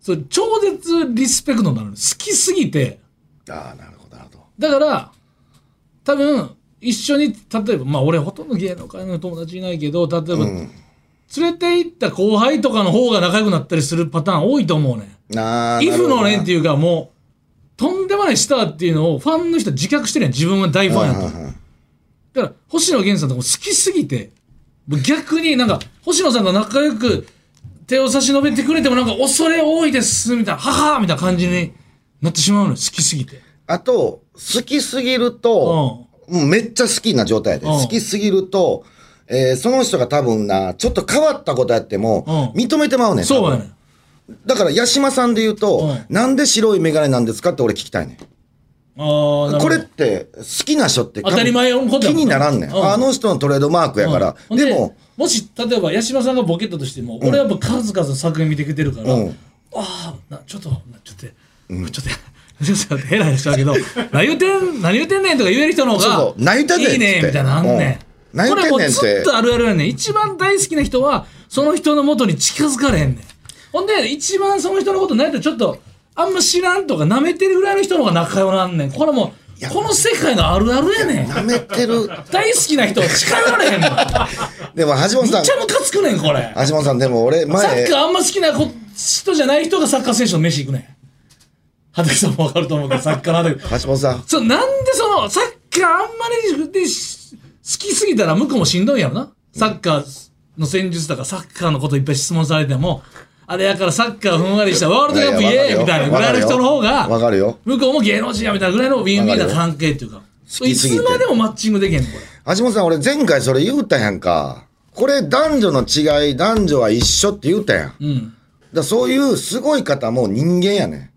Speaker 2: そう超絶リスペクトになるの好きすぎて
Speaker 3: ああ、なるほど、なるほど。
Speaker 2: だから多分一緒に例えばまあ俺ほとんど芸能界の友達いないけど例えば、連れて行った後輩とかの方が仲良くなったりするパターン多いと思うねん
Speaker 3: なあ。
Speaker 2: イフのねんって
Speaker 3: い
Speaker 2: いうかもうとんでもないスターっていうのをファンの人は自覚してるやん自分は大ファンやとだから星野源さんとかも好きすぎてもう逆になんか星野さんが仲良く手を差し伸べてくれてもなんか恐れ多いですみたいな母みたいな感じになってしまうのよ好きすぎて
Speaker 3: あと、好きすぎると、うんめっちゃ好きな状態やで。
Speaker 2: うん
Speaker 3: 好きすぎると、えーその人が多分な、ちょっと変わったことやっても、
Speaker 2: うん
Speaker 3: 認めてまうねん。
Speaker 2: そう
Speaker 3: 多
Speaker 2: や
Speaker 3: 分
Speaker 2: ねん
Speaker 3: だから、八島さんで言うと、
Speaker 2: う
Speaker 3: なんで白い眼鏡なんですかって俺聞きたいねん。
Speaker 2: あーなるほど
Speaker 3: これって好きな人って
Speaker 2: 当たり前のこと
Speaker 3: 気
Speaker 2: やもん
Speaker 3: にならんねん、
Speaker 2: うん
Speaker 3: あの人のトレードマークやから、
Speaker 2: うんほん
Speaker 3: でも
Speaker 2: もし例えば八嶋さんがボケたとしても、俺はやっぱ数々の作品見てきてるから、
Speaker 3: うん
Speaker 2: ああなちょっとなちょっと、ちょっと。ちょっと偉い人だけど何言ってん何言ってんねんとか言える人の方が
Speaker 3: そうそう何言ってんねんっつっ
Speaker 2: いい
Speaker 3: て
Speaker 2: ねみたいなのあんね
Speaker 3: うん何
Speaker 2: ん
Speaker 3: 言
Speaker 2: こ
Speaker 3: っ
Speaker 2: れ
Speaker 3: てん
Speaker 2: もう
Speaker 3: ねんって
Speaker 2: ずっとあるあるやねん一番大好きな人はその人の元に近づかれへんねんほんで一番その人のことないとちょっとあんま知らんとか舐めてるぐらいの人の方が仲良くなんねんこれもうこの世界のあるあるやねん
Speaker 3: 舐めてる
Speaker 2: 大好きな人は近寄られへんの
Speaker 3: でも橋本
Speaker 2: め
Speaker 3: さ
Speaker 2: っ
Speaker 3: ん
Speaker 2: ちゃムカつくねんこれ
Speaker 3: 橋本さんでも俺
Speaker 2: サッ
Speaker 3: 前
Speaker 2: カーあんま好きなこ人じゃない人がサッカー選手の <laughs> 飯行くねん畑さんも分かると思うけどサッカーの畑
Speaker 3: 橋本さん
Speaker 2: そうなんでそのサッカーあんまりでし好きすぎたら向こうもしんどいんやろな。サッカーの戦術とかサッカーのこといっぱい質問されても、あれやからサッカーふんわりしたワールドカップイエーイみたいなぐらいの人の方が、
Speaker 3: わかるよ。
Speaker 2: 向こうも芸能人やみたいなぐらいのウィンウィンな関係っていうか。
Speaker 3: 好きすぎて
Speaker 2: いつまでもマッチングできへんのこれ。
Speaker 3: 橋本さん、俺前回それ言うたやんか。これ男女の違い、男女は一緒って言うたやん。だか
Speaker 2: うん。
Speaker 3: らそういうすごい方も人間やねん。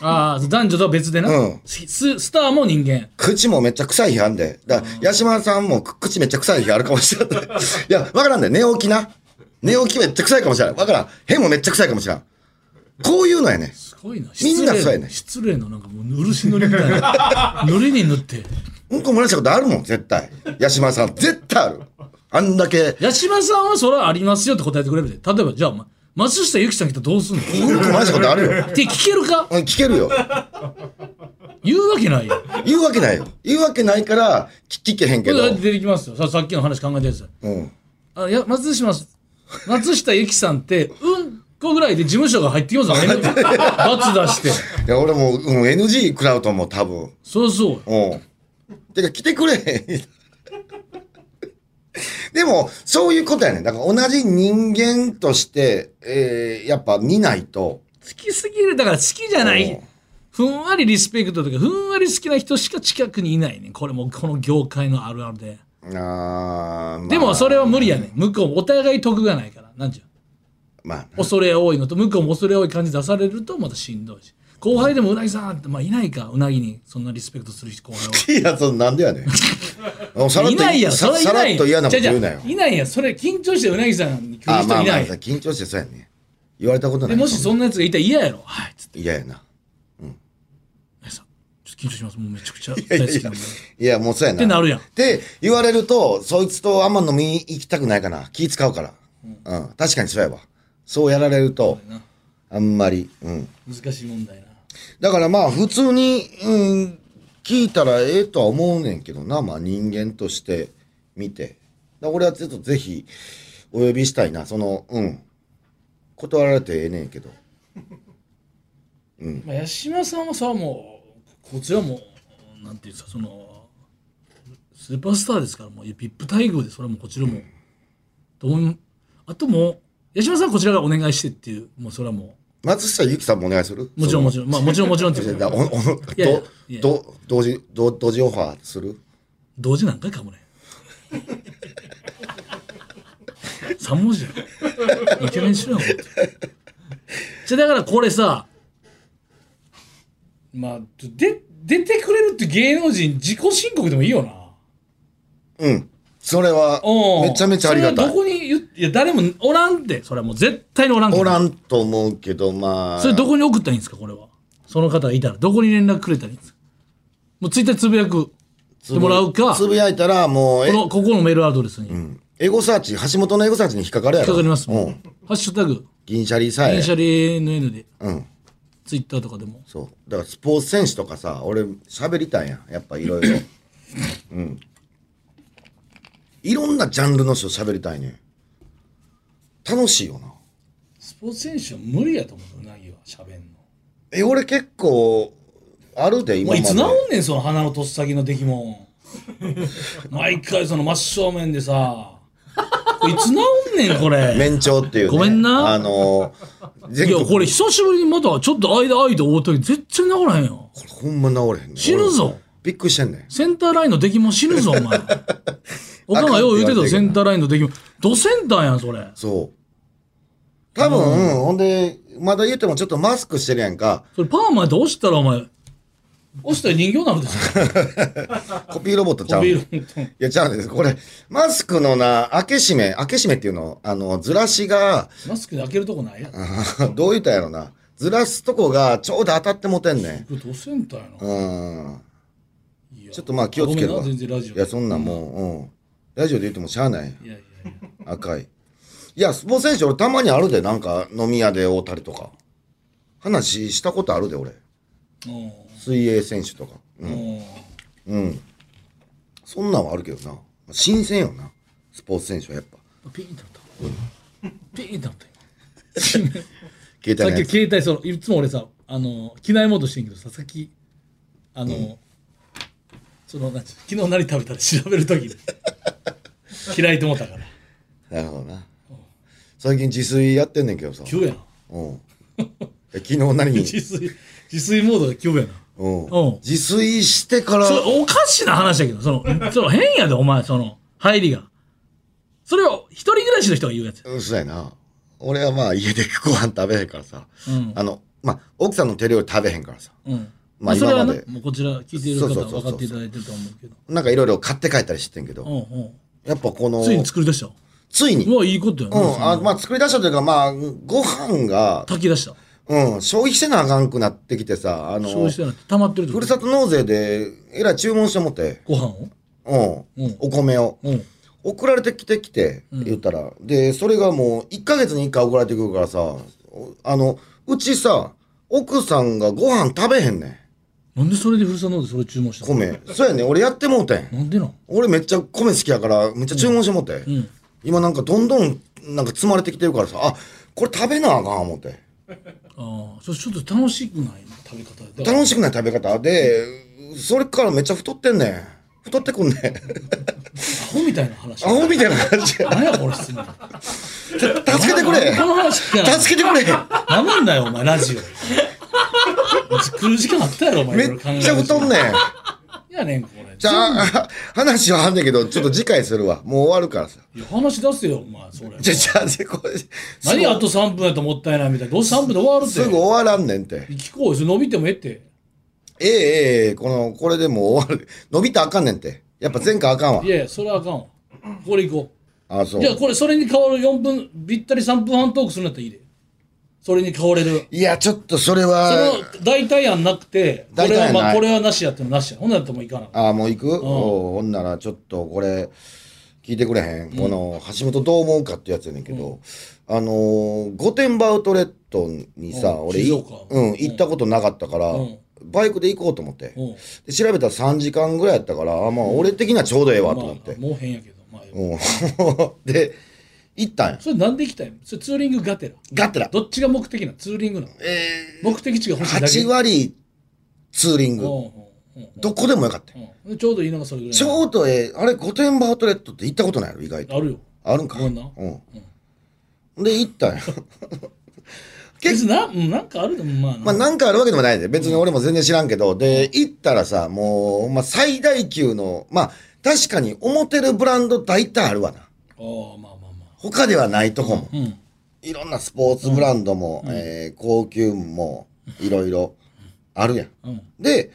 Speaker 2: ああ、男女とは別でな、
Speaker 3: うん
Speaker 2: ス。スターも人間。
Speaker 3: 口もめっちゃ臭い日あんで。だから、八島さんもく口めっちゃ臭い日あるかもしれない。 <laughs> いや、わからんで、寝起きな。寝起きめっちゃ臭いかもしれない。わからん。変もめっちゃ臭いかもしれん。こういうのやねん。
Speaker 2: すごいな。
Speaker 3: みんな
Speaker 2: 失
Speaker 3: そう
Speaker 2: 礼
Speaker 3: や
Speaker 2: な
Speaker 3: ね
Speaker 2: 失礼のなんかもう漆塗りみたいな。 <laughs> 塗りに塗って。
Speaker 3: うんこ漏らしたことあるもん、絶対。八島さん、絶対ある。あんだけ、
Speaker 2: 八島さんはそれはありますよって答えてくれるで。例えば、じゃあお前、松下由紀さん来たらどうすんの
Speaker 3: うんこ漏らしたことあるよ。
Speaker 2: って聞けるか
Speaker 3: うん聞けるよ。
Speaker 2: 言うわけないよ。
Speaker 3: 言うわけないよ。言うわけないから、聞聞けへんけ
Speaker 2: こ
Speaker 3: ど
Speaker 2: れ。出てきますよ。ささっきの話考えてるやつ。
Speaker 3: うん。
Speaker 2: あいや松島松下由紀さんって、うんこぐらいで事務所が入ってきます
Speaker 3: <laughs>
Speaker 2: よ。N 罰出して。
Speaker 3: いや、俺もう、うん、NG 食らうと思う、多分。
Speaker 2: そうそう。
Speaker 3: うん。てか来てくれへん。でも、そういうことやねん。だから同じ人間として、えー、やっぱ見ないと。
Speaker 2: 好きすぎる。だから好きじゃな
Speaker 3: う
Speaker 2: い
Speaker 3: ん。
Speaker 2: ふんわりリスペクトとか、ふんわり好きな人しか近くにいないね。これもうこの業界のあるあるで。
Speaker 3: あー、まあ、
Speaker 2: でもそれは無理やね。向こうもお互い得がないから。なんちゅう。
Speaker 3: まあ、
Speaker 2: 恐れ多いのと向こうも恐れ多い感じ出されるとまたしんどいし後輩でもうなぎさんってまあいないかうなぎにそんなリスペクトする人後輩
Speaker 3: いや、そのなんでやね
Speaker 2: <laughs>
Speaker 3: ん。もうさら
Speaker 2: は
Speaker 3: っ
Speaker 2: い
Speaker 3: と
Speaker 2: ないやんそ
Speaker 3: さ
Speaker 2: れはい
Speaker 3: さ
Speaker 2: な
Speaker 3: ら
Speaker 2: い
Speaker 3: っと嫌なこと言うな
Speaker 2: 違
Speaker 3: よ
Speaker 2: う。違ういないやんそれ緊張してうなぎさんに来る
Speaker 3: あ
Speaker 2: 人
Speaker 3: まあ
Speaker 2: い
Speaker 3: ま
Speaker 2: な
Speaker 3: あ、
Speaker 2: い
Speaker 3: 緊張してそうやね。言われたことな
Speaker 2: で
Speaker 3: い。
Speaker 2: もしそんなやつがいたら嫌やろはいつって
Speaker 3: 嫌やな。
Speaker 2: 「さんちょっと緊張しますもうめちゃくちゃ大好きなんで」っ
Speaker 3: いや、もうそうやな。
Speaker 2: てなるやん
Speaker 3: って言われると、そいつとあんま飲みに行きたくないかな。気使うから。うん。確かにそうやわ。そうやられると、あんまり。うん。
Speaker 2: 難しい問題な
Speaker 3: だからまあ、普通に、うん、聞いたらええとは思うねんけどな。まあ、人間として見て。だから俺はちょっとぜひ、お呼びしたいな。その、うん。断られてええねんけど。
Speaker 2: まあ八島さんはさもうこちらもなんていうんですかそのスーパースターですからもうビップ待遇でそれはもうこちらも、どうもあともう八島さんはこちらがお願いしてっていうもうそれはも
Speaker 3: 松下ゆきさんもお願いする
Speaker 2: うもちろんもちろんまあもちろんもちろんってい
Speaker 3: ろ。
Speaker 2: うん <laughs>
Speaker 3: だ
Speaker 2: か
Speaker 3: おお
Speaker 2: いやいやいや
Speaker 3: ど、ど、同時、ど同時オファーする
Speaker 2: 同時何回かもね三文字やイケメンにしろよ本当にじゃあだからこれさまあで出てくれるって芸能人自己申告でもいいよな
Speaker 3: うん。それは
Speaker 2: お、う
Speaker 3: めちゃめちゃありがた
Speaker 2: それはど
Speaker 3: い。
Speaker 2: こに言っいや、誰もおらんって。それはもう絶対におらんけど
Speaker 3: おらんと思うけど、まあ。
Speaker 2: それどこに送ったらいいんですか、これは。その方がいたら、どこに連絡くれたらいいんですか。もうツイッターつぶやく。してもらうか、
Speaker 3: つ
Speaker 2: こ
Speaker 3: ぶやいたら、もう、え
Speaker 2: の、ここのメールアドレスに。
Speaker 3: エゴサーチ、橋本のエゴサーチに引っかかるやろ。
Speaker 2: 引っかかります
Speaker 3: う
Speaker 2: もん
Speaker 3: ん。
Speaker 2: ハッシュタグ、
Speaker 3: 銀シャリさえ
Speaker 2: 電。車リ NN で、
Speaker 3: うん。
Speaker 2: ツイッターとかでも。
Speaker 3: そう。だからスポーツ選手とかさ、俺、喋りたいやん。やっぱいろい
Speaker 2: <coughs>
Speaker 3: ろ。うん。いろんなジャンルの人喋りたいねん。楽しいよな。
Speaker 2: スポーツ選手は無理やと思う、うなぎは、しゃべんの。
Speaker 3: え、俺結構、あるで、今
Speaker 2: もう
Speaker 3: ま
Speaker 2: い
Speaker 3: で。
Speaker 2: つ治んねん、その鼻のとっさきの出
Speaker 3: <laughs>
Speaker 2: 来もん。毎回、その真正面でさ、これいつ治んねん、これ。
Speaker 3: 免調っていう、ね。
Speaker 2: ごめんな
Speaker 3: あのー、全
Speaker 2: いや、
Speaker 3: 国
Speaker 2: これ久しぶりにまたちょっと間間覆ったけど、絶対治らへんよ。
Speaker 3: ほんま治れへんねん
Speaker 2: 死ぬぞ
Speaker 3: 俺びっくりしてんねん。
Speaker 2: センターラインの出来も死ぬぞ、お
Speaker 3: <laughs>
Speaker 2: 前。おかんがよう言うてた、センターラインの出来も。ドセンターやん、それ。
Speaker 3: そう。多分、ほんで、まだ言ってもちょっとマスクしてるやんか。
Speaker 2: それパーマやって押したら、お前。押したら人形になるでし
Speaker 3: コピーロボッ <laughs> トちゃ
Speaker 2: ょ。
Speaker 3: う。
Speaker 2: ビ
Speaker 3: い
Speaker 2: ール。
Speaker 3: や、ちゃうんです。これ、マスクのな、開け閉め、開け閉めっていうの、あの、ずらしが、 <laughs>
Speaker 2: マスクで開けるとこないやん。
Speaker 3: どう言ったんやろな。ずらすとこがちょうど当たってもてんね
Speaker 2: これドセンターや
Speaker 3: ん。う
Speaker 2: な。
Speaker 3: ん。
Speaker 2: いや
Speaker 3: ちょっとまあ気をつける
Speaker 2: ご
Speaker 3: わ。
Speaker 2: めんな全然
Speaker 3: い
Speaker 2: ラジオ。
Speaker 3: や、そんなんもう、うん。ラジオで言ってもしゃあない。
Speaker 2: いやいやいや
Speaker 3: 赤い。いや、スポーツ選手俺たまにあるで、なんか飲み屋で会うたりとか。話したことあるで、俺。
Speaker 2: うん
Speaker 3: 水泳選手とか。うん。
Speaker 2: うん
Speaker 3: うん。そんなんはあるけどな。新鮮よな。スポーツ選手はやっぱ。
Speaker 2: ピーンとなった。ピーンとなった、今。
Speaker 3: <laughs> 携
Speaker 2: さっ
Speaker 3: 帯のや
Speaker 2: き
Speaker 3: つ。
Speaker 2: 携帯そのいつも俺さあの機内モードしてんけどささっきあの、そのなんて昨日何食べたら調べるときに <laughs> 嫌いと思ったから
Speaker 3: なるほどな。最近自炊やってんねんけどさ。
Speaker 2: 急やな
Speaker 3: うん。え昨日何に
Speaker 2: 自炊自炊モードが急やな
Speaker 3: うん
Speaker 2: うん
Speaker 3: 自炊してから、
Speaker 2: それおかしな話だけどそ
Speaker 3: <laughs>
Speaker 2: のその変やでお前その入りがそれを一人暮らしの人が言うやつ
Speaker 3: うんそうやな。俺はまあ家でご飯食べへんからさ。
Speaker 2: うん
Speaker 3: あの、まあ奥さんの手料理食べへんからさ。
Speaker 2: うん
Speaker 3: まあ
Speaker 2: それは
Speaker 3: 今ま
Speaker 2: ね
Speaker 3: で
Speaker 2: もうこちら聞いている
Speaker 3: そ
Speaker 2: 方
Speaker 3: うそうそ
Speaker 2: は
Speaker 3: うそう
Speaker 2: 分かっていただいてると思うけど
Speaker 3: なんかいろいろ買って帰ったりしてんけ
Speaker 2: う
Speaker 3: ど、
Speaker 2: んうん
Speaker 3: やっぱこの、
Speaker 2: ついに作り出した
Speaker 3: ついに
Speaker 2: もういいことや
Speaker 3: う
Speaker 2: な、そ
Speaker 3: ん、あ
Speaker 2: の
Speaker 3: まあ作り出したというか、まあ、ご飯が、
Speaker 2: 炊き出した
Speaker 3: うん、消費せなあかんくなってきてさ、あ
Speaker 2: 消
Speaker 3: の
Speaker 2: 費、してない溜まってるって
Speaker 3: ふ
Speaker 2: こ
Speaker 3: る
Speaker 2: と
Speaker 3: さと納税で、えらい注文してもって、
Speaker 2: ご飯を
Speaker 3: うん、
Speaker 2: うん
Speaker 3: お米を。
Speaker 2: うん
Speaker 3: 送られてきてきて、
Speaker 2: うん
Speaker 3: 言ったら。で、それがもう、1ヶ月に1回送られてくるからさ、おあの、うちさ、奥さんがご飯食べへんねん。
Speaker 2: なんでそれでふるさと納税それ注文したの <laughs>
Speaker 3: 米。そうやねん俺やってもうてん。
Speaker 2: なんでなん
Speaker 3: 俺めっちゃ米好きやから、めっちゃ注文してもうて。
Speaker 2: うん
Speaker 3: 今なんかどんどん、なんか積まれてきてるからさ、あ、これ食べなあかん思って。
Speaker 2: ああそれちょっと楽しくないの食べ方で
Speaker 3: 楽
Speaker 2: し
Speaker 3: しくない食べ方で、それからめっちゃ太ってんねん。太って
Speaker 2: <laughs>
Speaker 3: くんねん。
Speaker 2: アホみたいな話
Speaker 3: アホみたいな感じ。助
Speaker 2: 何やこれ質問
Speaker 3: けてくれ
Speaker 2: この話
Speaker 3: <laughs>
Speaker 2: 聞かない
Speaker 3: 助けてくれ
Speaker 2: なめんなよお前ラジオ来る時間あったやろお前
Speaker 3: めっちゃ太んねん。
Speaker 2: いやねんこれ
Speaker 3: じゃあ、話はあんねんけど、ちょっと次回するわ。もう終わるからさ。
Speaker 2: いや話し出せよお前それ
Speaker 3: <laughs> じゃ、じゃあ、でこれ、す
Speaker 2: 何あと3分やともったいないみたいなどうせ3分で終わるっ
Speaker 3: ぐ
Speaker 2: て
Speaker 3: すぐ終わらんねんて。
Speaker 2: 聞こうよそれ伸びてもええって
Speaker 3: ええええこの、これでもう終わる。伸びたらあかんねんて。やっぱ前回あかんわ
Speaker 2: い。やいやそれはあかんわこれいこ
Speaker 3: あ、そう
Speaker 2: じゃあ。これそれに変わる4分ぴったり3分半トークするんだったらいいでそれに変われる
Speaker 3: いや、ちょっとそれ
Speaker 2: そ
Speaker 3: は、
Speaker 2: の代替案なくてこ
Speaker 3: 代
Speaker 2: れ
Speaker 3: 替
Speaker 2: は
Speaker 3: 案
Speaker 2: ま
Speaker 3: な
Speaker 2: あ
Speaker 3: い
Speaker 2: これはなしやってもなしやほんならもういかな
Speaker 3: あもう行く、おうほんならちょっとこれ聞いてくれへん、この橋本どう思うかってやつやねんけど、あのー御殿場アウトレットにさ、
Speaker 2: うん
Speaker 3: 俺い
Speaker 2: 静岡
Speaker 3: うん、行ったことなかったから、
Speaker 2: うん
Speaker 3: バイクで行こうと思って、
Speaker 2: うん
Speaker 3: で調べたら3時間ぐらいやったからあまあ俺的にはちょうどええわと思って、
Speaker 2: まあ、もう変やけど、まあ
Speaker 3: うん <laughs> で行ったんや
Speaker 2: それなんで行きたいのそれツーリングがてら
Speaker 3: ガッてら
Speaker 2: どっちが目的なのツーリングなの
Speaker 3: え
Speaker 2: 目的地が
Speaker 3: ー、
Speaker 2: 欲しいだ
Speaker 3: 8
Speaker 2: け
Speaker 3: 割ツーリン
Speaker 2: うん
Speaker 3: グ
Speaker 2: うんうん
Speaker 3: どこでもよかったよ
Speaker 2: うんでちょうどいいのがそれぐらい
Speaker 3: ちょうどええあれ御殿場アウトレットって行ったことないの意外と
Speaker 2: あるよ
Speaker 3: あるんか。
Speaker 2: ごめんな
Speaker 3: うん。で、行ったんよ。 <laughs>
Speaker 2: 別になうんなんかあるでもまあな
Speaker 3: まあ、なんかあるわけでもないで。別に俺も全然知らんけど。で、行ったらさ、もう、まあ、最大級の、まあ、確かに思ってるブランド大体あるわな。
Speaker 2: ああまあまあまあ
Speaker 3: 他ではないとこも。
Speaker 2: うん
Speaker 3: いろんなスポーツブランドも、えー高級も、いろいろあるやん。
Speaker 2: うん
Speaker 3: で、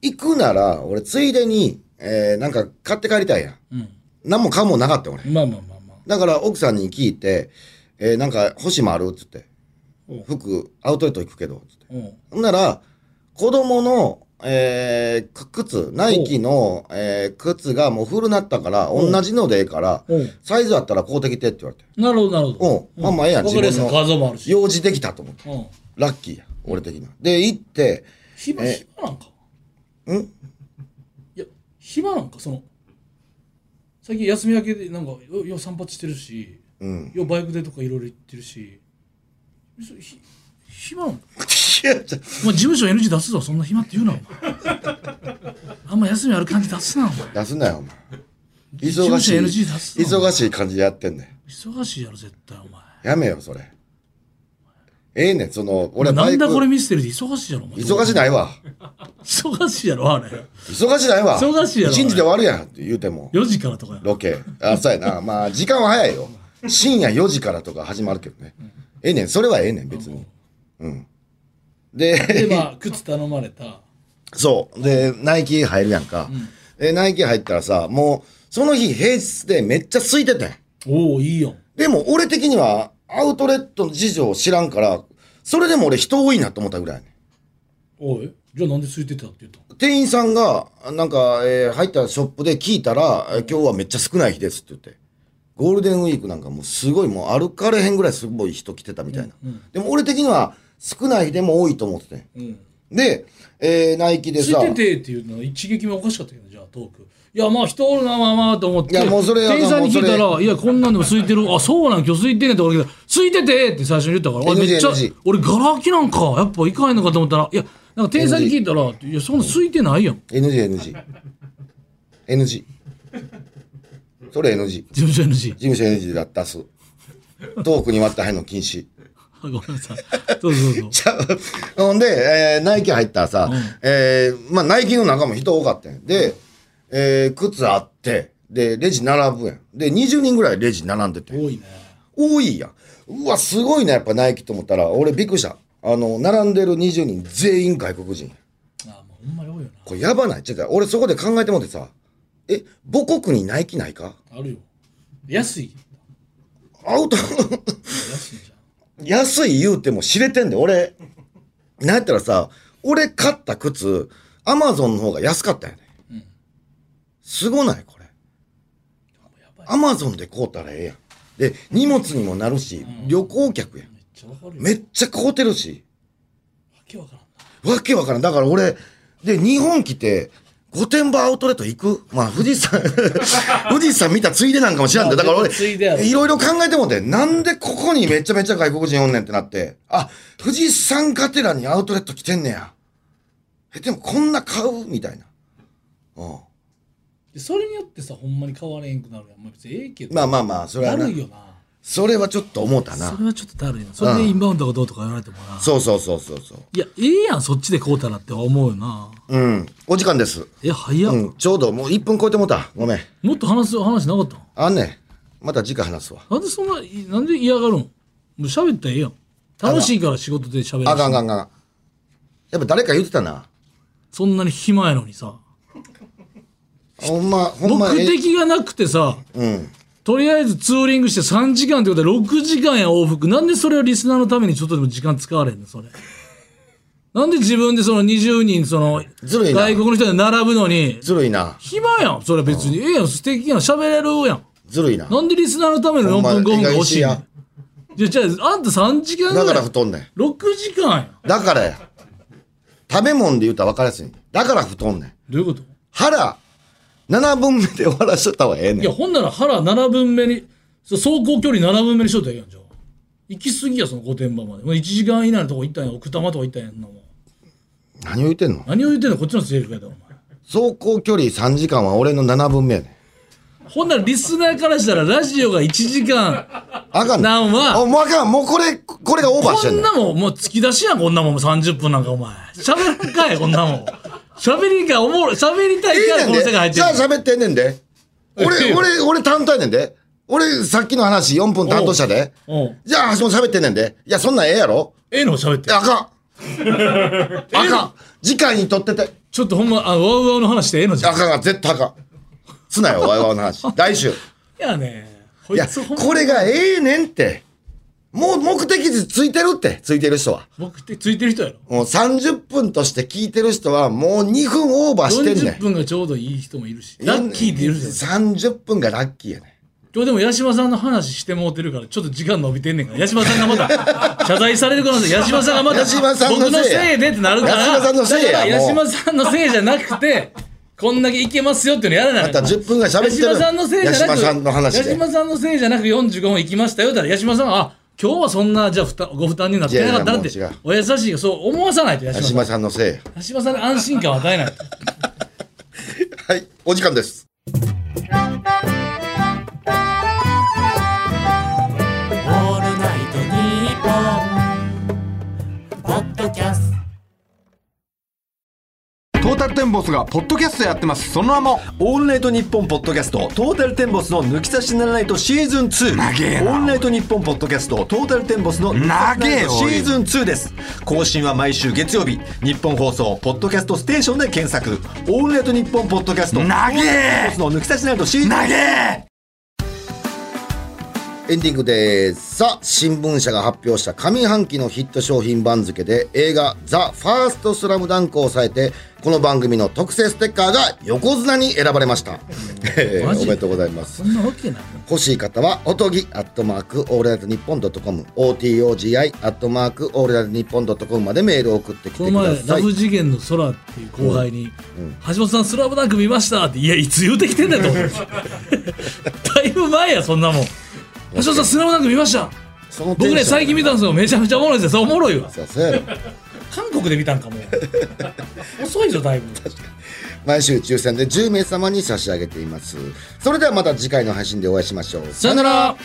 Speaker 3: 行くなら、俺、ついでに、えーなんか買って帰りたいやん。
Speaker 2: うん
Speaker 3: 何も買うもんなかった俺。
Speaker 2: まあまあまあまあ
Speaker 3: だから奥さんに聞いて、えーなんか欲しいもあるっつって
Speaker 2: うん。
Speaker 3: 服、アウトレット行くけど、つって。
Speaker 2: うん
Speaker 3: ほんなら、子供の、えーく靴、ナイキの、えー靴がもう古なったから、
Speaker 2: おう
Speaker 3: 同じのでええから、
Speaker 2: おう
Speaker 3: サイズあったら買うてきてって言われて。
Speaker 2: なるほどなるほど
Speaker 3: おうまあまあええやん
Speaker 2: 分かりやすい
Speaker 3: 自分の
Speaker 2: 画像もあるし
Speaker 3: 用事できたと思って。
Speaker 2: うん
Speaker 3: ラッキーや、俺的な。で、行って、
Speaker 2: 暇
Speaker 3: え
Speaker 2: 暇なんか
Speaker 3: ん
Speaker 2: いや暇なんかその最近休み明けでなんかよよう散髪してるし
Speaker 3: うん。 <laughs>
Speaker 2: ようバイクでとかいろいろ行ってるしそひ暇なんか
Speaker 3: いやちょ
Speaker 2: お前事務所 NG 出すぞそんな暇って言うなお前
Speaker 3: <laughs>
Speaker 2: あんま休みある感じ出すなお前
Speaker 3: 出すなよ、お前。
Speaker 2: 事務
Speaker 3: 忙し
Speaker 2: 所
Speaker 3: い、
Speaker 2: NG 出すなお前
Speaker 3: 忙しい感じでやってんねん。
Speaker 2: 忙しいやろ絶対お前
Speaker 3: やめよ、それ。ええねん、その、俺は
Speaker 2: な
Speaker 3: バイ
Speaker 2: ん
Speaker 3: ク
Speaker 2: だこれミステリーで忙しいやろお前
Speaker 3: 忙しないわ。
Speaker 2: 忙しいやろあれ
Speaker 3: 忙しないわ。
Speaker 2: 忙しいやろ
Speaker 3: 一日で終わるやんって言うても。
Speaker 2: 4時からとかや
Speaker 3: ロケ。あ、そうやな。まあ、時間は早いよ。深夜4時からとか始まるけどね。ええねん、それはええねん、別に。うん。で、
Speaker 2: で
Speaker 3: <laughs>
Speaker 2: まあ靴頼まれた
Speaker 3: そう。で、ナイキ入るやんか。で、ナイキ入ったらさ、もう、その日平日でめっちゃ空いててん。
Speaker 2: おおいいよ
Speaker 3: でも、俺的には、アウトレットの事情を知らんから、それでも俺人多いなと思ったぐらいやねん。
Speaker 2: おいじゃあなんで空いてたって言ったの
Speaker 3: 店員さんが、なんか、えー入ったショップで聞いたら、えー今日はめっちゃ少ない日ですって言って。ゴールデンウィークなんかもうすごいもう歩かれへんぐらいすごい人来てたみたいな。でも俺的には少ない日でも多いと思ってて。
Speaker 2: うん
Speaker 3: で、えーナイキで
Speaker 2: つ
Speaker 3: さ、
Speaker 2: いててっていうのは一撃目おかしかったけどじゃあトークいやまあ人おるなまあまあと思って
Speaker 3: いやもうそれ
Speaker 2: 店員さんに聞いた
Speaker 3: も
Speaker 2: ら「いやこんなんでも空いてるあそうなん今日空いてんねん」って俺が「空いてて」って最初に言ったから俺
Speaker 3: NG
Speaker 2: めっちゃ
Speaker 3: NG
Speaker 2: 俺ガラ空きなんかやっぱ行かへんのかと思ったらいやなんか店員さんに聞いたら「いやそんな空いてないやん
Speaker 3: NGNG。 NG。それ NG。
Speaker 2: 事務所
Speaker 3: <laughs>
Speaker 2: NG
Speaker 3: 事務所 NG だ出す。トークに割った入るの禁止。
Speaker 2: あごめんなさいそう
Speaker 3: <laughs>
Speaker 2: そうそう
Speaker 3: ちゃう。ほんで、えーナイキ入ったらさ、
Speaker 2: うん
Speaker 3: えーまあ、ナイキの中も人多かったんやで、えー靴あって、で、レジ並ぶやん。で、20人ぐらいレジ並んでて。
Speaker 2: 多いね
Speaker 3: 多いやん。うわ、すごいな、やっぱナイキと思ったら、俺びっくりした。あの、並んでる20人全員外国人。
Speaker 2: あもうほんまに多いよ
Speaker 3: これやばないちょっと俺そこで考えてもってさ、え、母国にナイキないか
Speaker 2: なあるよ安い
Speaker 3: アウト。
Speaker 2: 安いじ
Speaker 3: 安い言うても知れてんで、俺。なんやったらさ、俺買った靴、アマゾンの方が安かったよね。
Speaker 2: ゃんうん
Speaker 3: すごないこれ。
Speaker 2: もうやばい
Speaker 3: アマゾンで買うたらええやん。で、荷物にもなるし、
Speaker 2: ん
Speaker 3: 旅行客やん。
Speaker 2: めっちゃわかるよ
Speaker 3: めっちゃ買うてるし。
Speaker 2: わけわからんな
Speaker 3: わけわからん。だから俺、で、日本来て、御殿場アウトレット行くまあ、富士山、 <laughs> 富士山見たついでなんかも知らんで、だから
Speaker 2: まあついでやろ
Speaker 3: 俺、いろいろ考えてもって、なんでここにめちゃめちゃ外国人おんねんってなって、あ、富士山がてらにアウトレット来てんねや。え、でもこんな買うみたいな。うん。
Speaker 2: でそれによってさほんまに変われへんくなるやんまあ別にええけど
Speaker 3: まあまあまあ、それ
Speaker 2: だ
Speaker 3: はな
Speaker 2: るい。よな
Speaker 3: それはちょっと思った
Speaker 2: そ
Speaker 3: な。
Speaker 2: れはちょっとだるいなそれでインバウンドがどうとか言われてもな
Speaker 3: そうそうそうそうそう。
Speaker 2: いやええやんそっちで買うたらって思うよな
Speaker 3: うん。お時間です。
Speaker 2: え早っ、
Speaker 3: うん。ちょうどもう1分超えてもうた。ごめん。
Speaker 2: もっと話す話なかったん
Speaker 3: あんねん。また次回話すわ。
Speaker 2: なんでそんないなんで嫌がるんもう喋ったらええやん楽しいから仕事で喋るし
Speaker 3: あかんあかんあかん。やっぱ誰か言ってたな。
Speaker 2: そんなに暇やのにさ
Speaker 3: ほんま、ほんま、
Speaker 2: 目
Speaker 3: え
Speaker 2: 的がなくてさ
Speaker 3: うん。
Speaker 2: とりあえずツーリングして3時間ってことで6時間や往復なんでそれをリスナーのためにちょっとでも時間使われんのそれなんで自分でその20人その
Speaker 3: ずるいな
Speaker 2: 外国の人で並ぶのに
Speaker 3: ずるいな。
Speaker 2: 暇やんそれ別にええやん素敵やん喋れるやん
Speaker 3: ずるいな。
Speaker 2: なんでリスナーのための4分5分が欲しい
Speaker 3: ほん
Speaker 2: の
Speaker 3: ま
Speaker 2: じゃあじゃああんた3時間
Speaker 3: だ
Speaker 2: ぐ
Speaker 3: から
Speaker 2: らい
Speaker 3: 太んねん。
Speaker 2: 6時間やん
Speaker 3: だからや。食べ物で言うたら分かりやすい。だから太んねん。
Speaker 2: どういうこと
Speaker 3: 腹、7分目で終わらしとった方がええ
Speaker 2: い
Speaker 3: ね
Speaker 2: や、
Speaker 3: ん。
Speaker 2: ほんなら腹7分目に、そう走行距離7分目にしとったらええやん、じゃあ。行き過ぎや、その御殿場まで。もう1時間以内のとこ行ったんや、奥多摩とか行ったんやんな、もう。
Speaker 3: 何を言ってんの
Speaker 2: 何を言ってんの、こっちのセリフやだ、お前。
Speaker 3: 走行距離3時間は俺の7分目やねん。
Speaker 2: ほんならリスナーからしたら、ラジオが1時間、
Speaker 3: あかんね
Speaker 2: なんは
Speaker 3: おもうあかん。もうこれ、これがオーバーし
Speaker 2: こ
Speaker 3: てん
Speaker 2: ん
Speaker 3: ねん。
Speaker 2: なもん、もう突き出しやん、こんなもん、もう30分なんか、お前。喋らんかい、こんなもん。喋りがおもろい、喋りたいから、この世界入って
Speaker 3: じ
Speaker 2: る
Speaker 3: ゃあ。喋ってんねんで。
Speaker 2: ええ
Speaker 3: 俺、
Speaker 2: よ
Speaker 3: 俺、俺担当やねんで。俺、さっきの話4分担当したで。
Speaker 2: うん。
Speaker 3: じゃあ、橋本喋ってんねんで。いや、そんなんええやろ
Speaker 2: ええの喋って
Speaker 3: いや。あか
Speaker 2: <laughs>
Speaker 3: ん。あかん。次回にとってて。
Speaker 2: ちょっとほんま、あの、ワウワウの話してええのじゃ
Speaker 3: あ
Speaker 2: ん。い
Speaker 3: かんが絶対あかん。すなよ、わいわいの話。
Speaker 2: <laughs>
Speaker 3: 来週。
Speaker 2: やね。こ
Speaker 3: いや、これがええねんって。もう目的地ついてるって、ついてる人は。
Speaker 2: 僕ってついてる人やろ。
Speaker 3: もう30分として聞いてる人は、もう2分オーバーしてんねん。
Speaker 2: 40分がちょうどいい人もいるし、ラッキーっているじゃん。
Speaker 3: 30分がラッキーやね
Speaker 2: 今日でも八島さんの話してもうてるから、ちょっと時間伸びてんねんから、八島さん
Speaker 3: <laughs>
Speaker 2: がまた謝罪される可能性、八島さんがまた
Speaker 3: 八島さんのせいや
Speaker 2: 僕のせいでってなるから、
Speaker 3: 八島さんのせいや
Speaker 2: だから
Speaker 3: もう
Speaker 2: 八島さんのせいじゃなくて、こんだけいけますよっていうのやらない
Speaker 3: ん。また10分が喋
Speaker 2: 八
Speaker 3: ってる。
Speaker 2: 島さんのせいじゃなく、
Speaker 3: 八島さんの話
Speaker 2: 八
Speaker 3: で。
Speaker 2: 島さんのせいじゃなく45分行きましたよって言ったら、八島さんは、あ、今日はそんな、じゃあふたご負担になってなかったなって
Speaker 3: いやいやも、
Speaker 2: お優しい、そう思わさないと、八
Speaker 3: 八
Speaker 2: 島さん。
Speaker 3: 島さんのせいや。
Speaker 2: 八島さんに安心感を与えないと。
Speaker 3: はい、お時間です。
Speaker 4: オールナイトニッポン」ポッドキャスト
Speaker 5: トータルテンボスがポッドキャストやってますその名も
Speaker 6: オールナイトニッポンポッドキャストトータルテンボスの抜き差しならないとシーズン2
Speaker 5: 長えな
Speaker 6: オールナイトニッポンポッドキャストトータルテンボスの抜き差しならないとシーズン2です更新は毎週月曜日日本放送ポッドキャストステーションで検索オールナイトニッポンポッドキャスト
Speaker 5: 長え
Speaker 6: トータルテンボスの抜き差しならないとシーズン2
Speaker 3: エンディングです。さあ、新聞社が発表した上半期のヒット商品番付で映画ザ・ファーストスラムダンクを抑えて、この番組の特製ステッカーが横綱に選ばれました。えー
Speaker 2: マ
Speaker 3: <laughs> お
Speaker 2: ジ
Speaker 3: めでとうございます
Speaker 2: そ。んなわけない。
Speaker 3: 欲しい方は、おとぎ、アットマーク、オールナイトニッポンドットコム、OTOGI、アットマーク、オールナイトニッポンドットコムまでメールを送ってき
Speaker 2: こ
Speaker 3: て
Speaker 2: の
Speaker 3: くだ
Speaker 2: 前、
Speaker 3: さ
Speaker 2: ラ
Speaker 3: い。
Speaker 2: ブ次元の空っていう後輩に、橋本さん、スラムダンク見ましたって、いや、いつ言うてきてんだよと思ってだいぶ前や、そんなもん。橋本さん、スラムダンク見ました。
Speaker 3: そのテンショ
Speaker 2: 僕
Speaker 3: ン
Speaker 2: ね、最近見たんですよ。めちゃめちゃおもろいですよ。そうおもろいわ。
Speaker 3: そうそうやろ <laughs>
Speaker 2: 韓国で見たんかも。遅いぞ、だいぶ。
Speaker 3: 毎週抽選で10名様に差し上げていますそれではまた次回の配信でお会いしましょう
Speaker 2: さよなら